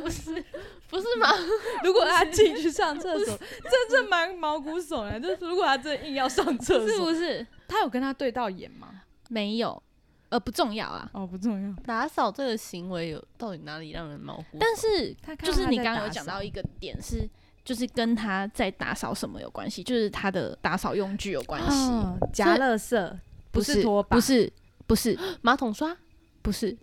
Speaker 3: 是？
Speaker 1: 不是吗？
Speaker 3: (laughs) 如果他进去上厕所，真正蛮毛骨悚 (laughs) 然。就是如果他真的硬要上厕
Speaker 2: 不是
Speaker 3: 所，
Speaker 2: 不是，
Speaker 3: 他有跟他对到眼吗？
Speaker 2: 没有，呃，不重要啊。
Speaker 3: 哦，不重要。
Speaker 1: 打扫这个行为有到底哪里让人毛骨悚然？
Speaker 2: 但是
Speaker 3: 他看到
Speaker 2: 就是
Speaker 3: 他
Speaker 2: 你
Speaker 3: 在
Speaker 2: 刚刚
Speaker 3: 打
Speaker 2: 有讲
Speaker 3: 扫
Speaker 2: 到一个点是，就是跟他在打扫什么有关系，就是他的打扫用具有关系，
Speaker 3: 哦，夹乐色
Speaker 2: 不
Speaker 3: 是拖把，
Speaker 2: 不是，不是，
Speaker 1: 马桶刷
Speaker 2: 不是，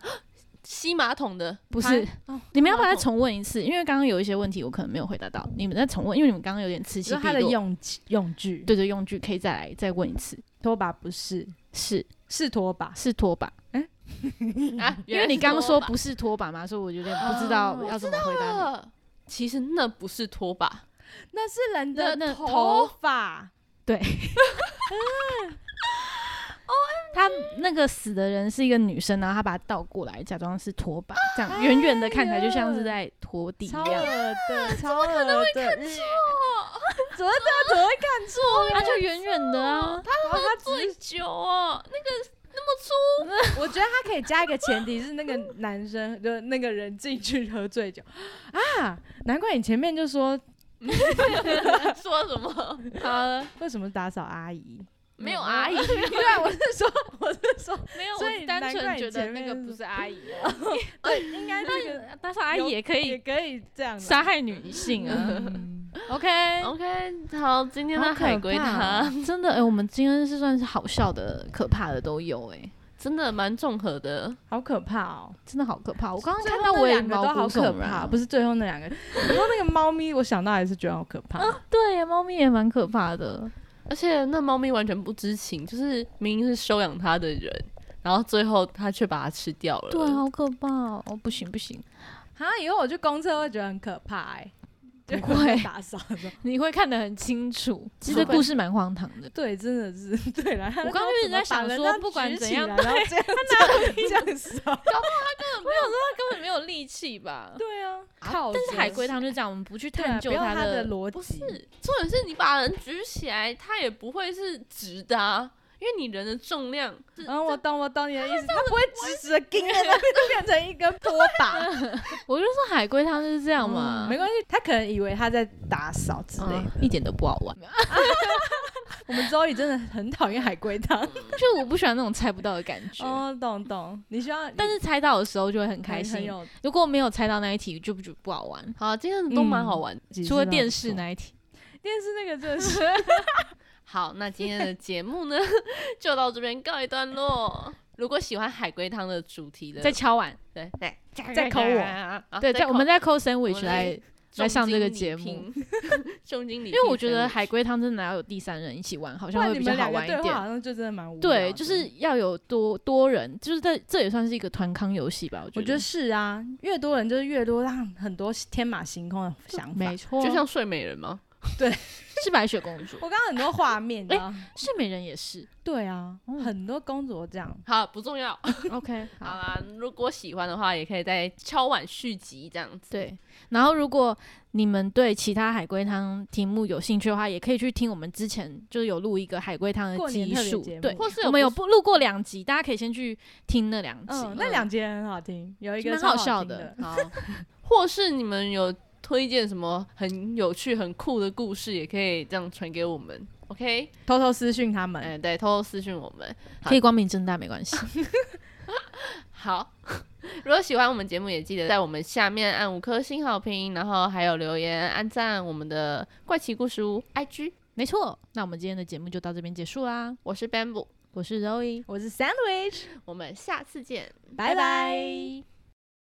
Speaker 1: 吸马桶的
Speaker 2: 不是
Speaker 3: 哦。
Speaker 2: 你们要不要
Speaker 1: 马
Speaker 2: 再
Speaker 1: 桶
Speaker 2: 重问一次？因为刚刚有一些问题我可能没有回答到，你们再重问，因为你们刚刚有点此起
Speaker 3: 就是
Speaker 2: 彼
Speaker 3: 他的
Speaker 2: 落。
Speaker 3: 用用具，，
Speaker 2: 对对，用具可以再来再问一次，
Speaker 3: 拖把不是，
Speaker 2: 是
Speaker 3: 是拖把，
Speaker 2: 是拖把，
Speaker 1: 啊，
Speaker 2: 因为你刚刚说不是拖把嘛，所以我有点不知道要怎么回答你。
Speaker 1: 是，其实那不是拖把，
Speaker 3: 那是人
Speaker 2: 那
Speaker 3: 的
Speaker 2: 那
Speaker 3: 头发。
Speaker 2: 他那个死的人是一个女生，然后他把它倒过来，假装是拖把，这样远远的看起来就像是在拖地一
Speaker 3: 超
Speaker 2: 样。
Speaker 3: 恶 (laughs) 的，超恶的， (laughs) 怎么 (laughs) 怎么会看错？
Speaker 2: 他就远远的啊，
Speaker 3: 他
Speaker 1: 醉酒哦，那个那
Speaker 2: 么粗？
Speaker 3: 我觉得他可以加一个前提是那个男生就那个人进去喝醉酒啊，难怪你前面就说
Speaker 1: 说什么？
Speaker 2: 好了，
Speaker 3: 为什么打扫阿姨？
Speaker 1: (laughs) 没有阿姨，
Speaker 3: (laughs) 对啊，我是说我是说，
Speaker 2: 没有，
Speaker 3: 所
Speaker 2: 我
Speaker 3: 以
Speaker 2: 单
Speaker 3: 难
Speaker 2: 纯
Speaker 3: 怪
Speaker 2: 觉得
Speaker 3: 你
Speaker 2: 那
Speaker 3: 前面
Speaker 2: 个
Speaker 3: 是
Speaker 2: 不是阿姨啊，
Speaker 3: (laughs) 对，应该这个
Speaker 2: 打扫阿姨也可
Speaker 3: 也
Speaker 2: 以
Speaker 3: 可以这
Speaker 2: (laughs)
Speaker 3: 样
Speaker 2: 杀害女
Speaker 1: (laughs)
Speaker 2: 性啊。
Speaker 3: 嗯
Speaker 2: OK，
Speaker 1: OK，好，啊今天的
Speaker 3: 好可
Speaker 1: 海龟
Speaker 3: 怕
Speaker 1: (laughs) 汤
Speaker 3: 哦
Speaker 2: 真的哎、我们今天是算是好笑的、可怕的都有哎、
Speaker 1: 真的蛮综合的。
Speaker 3: 好可怕哦！
Speaker 2: 真的好可怕。我刚刚
Speaker 3: 最
Speaker 2: 看
Speaker 3: 后
Speaker 2: 到我
Speaker 3: 那
Speaker 2: 也
Speaker 3: 两个
Speaker 2: 毛
Speaker 3: 都好
Speaker 2: 骨
Speaker 3: 可
Speaker 2: 悚然
Speaker 3: 怕， (laughs)
Speaker 2: 啊，
Speaker 3: 不是最后那两个。然后那个猫咪，我想到还是觉得好可怕。
Speaker 2: 对，猫咪也蛮可怕的。
Speaker 1: 而且那猫咪完全不知情，就是明明是收养它的人，然后最后它却把它吃掉了。
Speaker 2: 对，好可怕哦！哦不行不行， (laughs)
Speaker 3: 啊，以后我去公厕会觉得很可怕哎、就
Speaker 2: 不会
Speaker 3: 打扫的时候。
Speaker 2: 你会看得很清楚。其
Speaker 1: 除
Speaker 2: 实
Speaker 1: 非
Speaker 2: 故事蛮荒唐 (laughs) 的。
Speaker 3: 对，真的是 (laughs) 对了。
Speaker 2: 我刚刚一直在想说不管怎样
Speaker 3: 对，然后这样这样这哦样
Speaker 2: (laughs)
Speaker 3: 扫。
Speaker 2: 我想说他根本没有力气吧？
Speaker 3: 对啊，靠着。
Speaker 2: 但是海龟汤就这样，我们不去
Speaker 3: 对啊
Speaker 2: 探究
Speaker 3: 不要它
Speaker 2: 的
Speaker 3: 的逻
Speaker 1: 不是，
Speaker 3: 辑
Speaker 1: 重点是你把人举起来，它也不会是直的、啊，因为你人的重量是
Speaker 3: 嗯，我懂，我懂你的意思。它不会直直的盯着那边，就变成一根波打。
Speaker 2: 我就说海龟汤就是这样嘛，
Speaker 3: 嗯没关系，他可能以为他在打扫之类的。
Speaker 2: 啊一点都不好玩。
Speaker 3: 我们周宇真的很讨厌海龟汤。
Speaker 2: 就我不喜欢那种猜不到的感觉。
Speaker 3: 哦，懂懂，你需要，
Speaker 2: 但是猜到的时候就会很
Speaker 3: 你
Speaker 2: 开
Speaker 3: 很
Speaker 2: 心，
Speaker 3: 有
Speaker 2: 如果没有猜到那一题，就不就不好玩。
Speaker 1: 好，今天的都蛮好玩的。
Speaker 2: 除了电视，那一题，
Speaker 3: 电视那个真
Speaker 2: (laughs)
Speaker 3: 的是
Speaker 1: 好，那今天的节目呢， (laughs) 就到这边告一段落。如果喜欢海龟汤的主题的，
Speaker 2: 再敲碗，
Speaker 1: 对对
Speaker 3: 再扣我，
Speaker 1: 啊
Speaker 2: 对，在我们
Speaker 1: 在
Speaker 2: 在 call
Speaker 1: 我
Speaker 2: sandwich
Speaker 1: 们
Speaker 2: 来来上这个节目，，
Speaker 1: (laughs) 重金礼聘，因
Speaker 2: 因为我觉得海龟汤真的要有第三人一起玩，好
Speaker 3: 不
Speaker 2: 像
Speaker 3: 然
Speaker 2: 会
Speaker 3: 你
Speaker 2: 比较
Speaker 3: 们
Speaker 2: 好
Speaker 3: 两个
Speaker 2: 玩
Speaker 3: 对
Speaker 2: 一
Speaker 3: 话好
Speaker 2: 点。
Speaker 3: 像就真的蛮无聊的。
Speaker 2: 对，就是要有多多人，就是这这也算是一个团康游戏吧，我觉
Speaker 3: 我觉得是啊，越多人就是越多让很多天马行空的想法
Speaker 2: 没。错，
Speaker 1: 就像睡美人吗？
Speaker 2: 是白雪公主，
Speaker 3: 我刚刚很多画面，
Speaker 2: 哎
Speaker 3: 哎，
Speaker 2: 睡美人也 (laughs) 是。
Speaker 3: 对啊，
Speaker 2: 嗯
Speaker 3: 很多公主都这样。
Speaker 1: 好，不重要。
Speaker 2: (laughs) OK，
Speaker 1: 好啦，如果喜欢的话，也可以再敲碗续集这样子。
Speaker 2: 对，然后如果你们对其他海龟汤题目有兴趣的话，也可以去听我们之前就是有录一个海龟汤的
Speaker 3: 过年
Speaker 2: 集
Speaker 3: 特别
Speaker 2: 数
Speaker 3: 节，目
Speaker 2: 对，
Speaker 1: 或是
Speaker 2: 我们有不录过两集，大家可以先去听那两集。
Speaker 3: 嗯，那两节很好听，有一个
Speaker 2: 蛮
Speaker 3: 超
Speaker 2: 好笑
Speaker 3: 听
Speaker 2: 的
Speaker 3: 的。
Speaker 1: 好，或是你们有推荐什么很有趣、很酷的故事，也可以这样传给我们。OK，
Speaker 3: 偷偷私讯他们，
Speaker 1: 哎、对，偷偷私讯我们。
Speaker 2: 可以光明正大没关 (laughs) 系。
Speaker 1: 好， (laughs) 如果喜欢我们节目，也记得在我们下面按五颗星好评，然后还有留言、按赞我们的怪奇故事屋 IG。
Speaker 2: 没错，那我们今天的节目就到这边结束啦。
Speaker 1: 我是 Bamboo，
Speaker 2: 我是 Zoe，
Speaker 3: 我是 Sandwich，
Speaker 1: 我们下次见。
Speaker 3: 拜拜。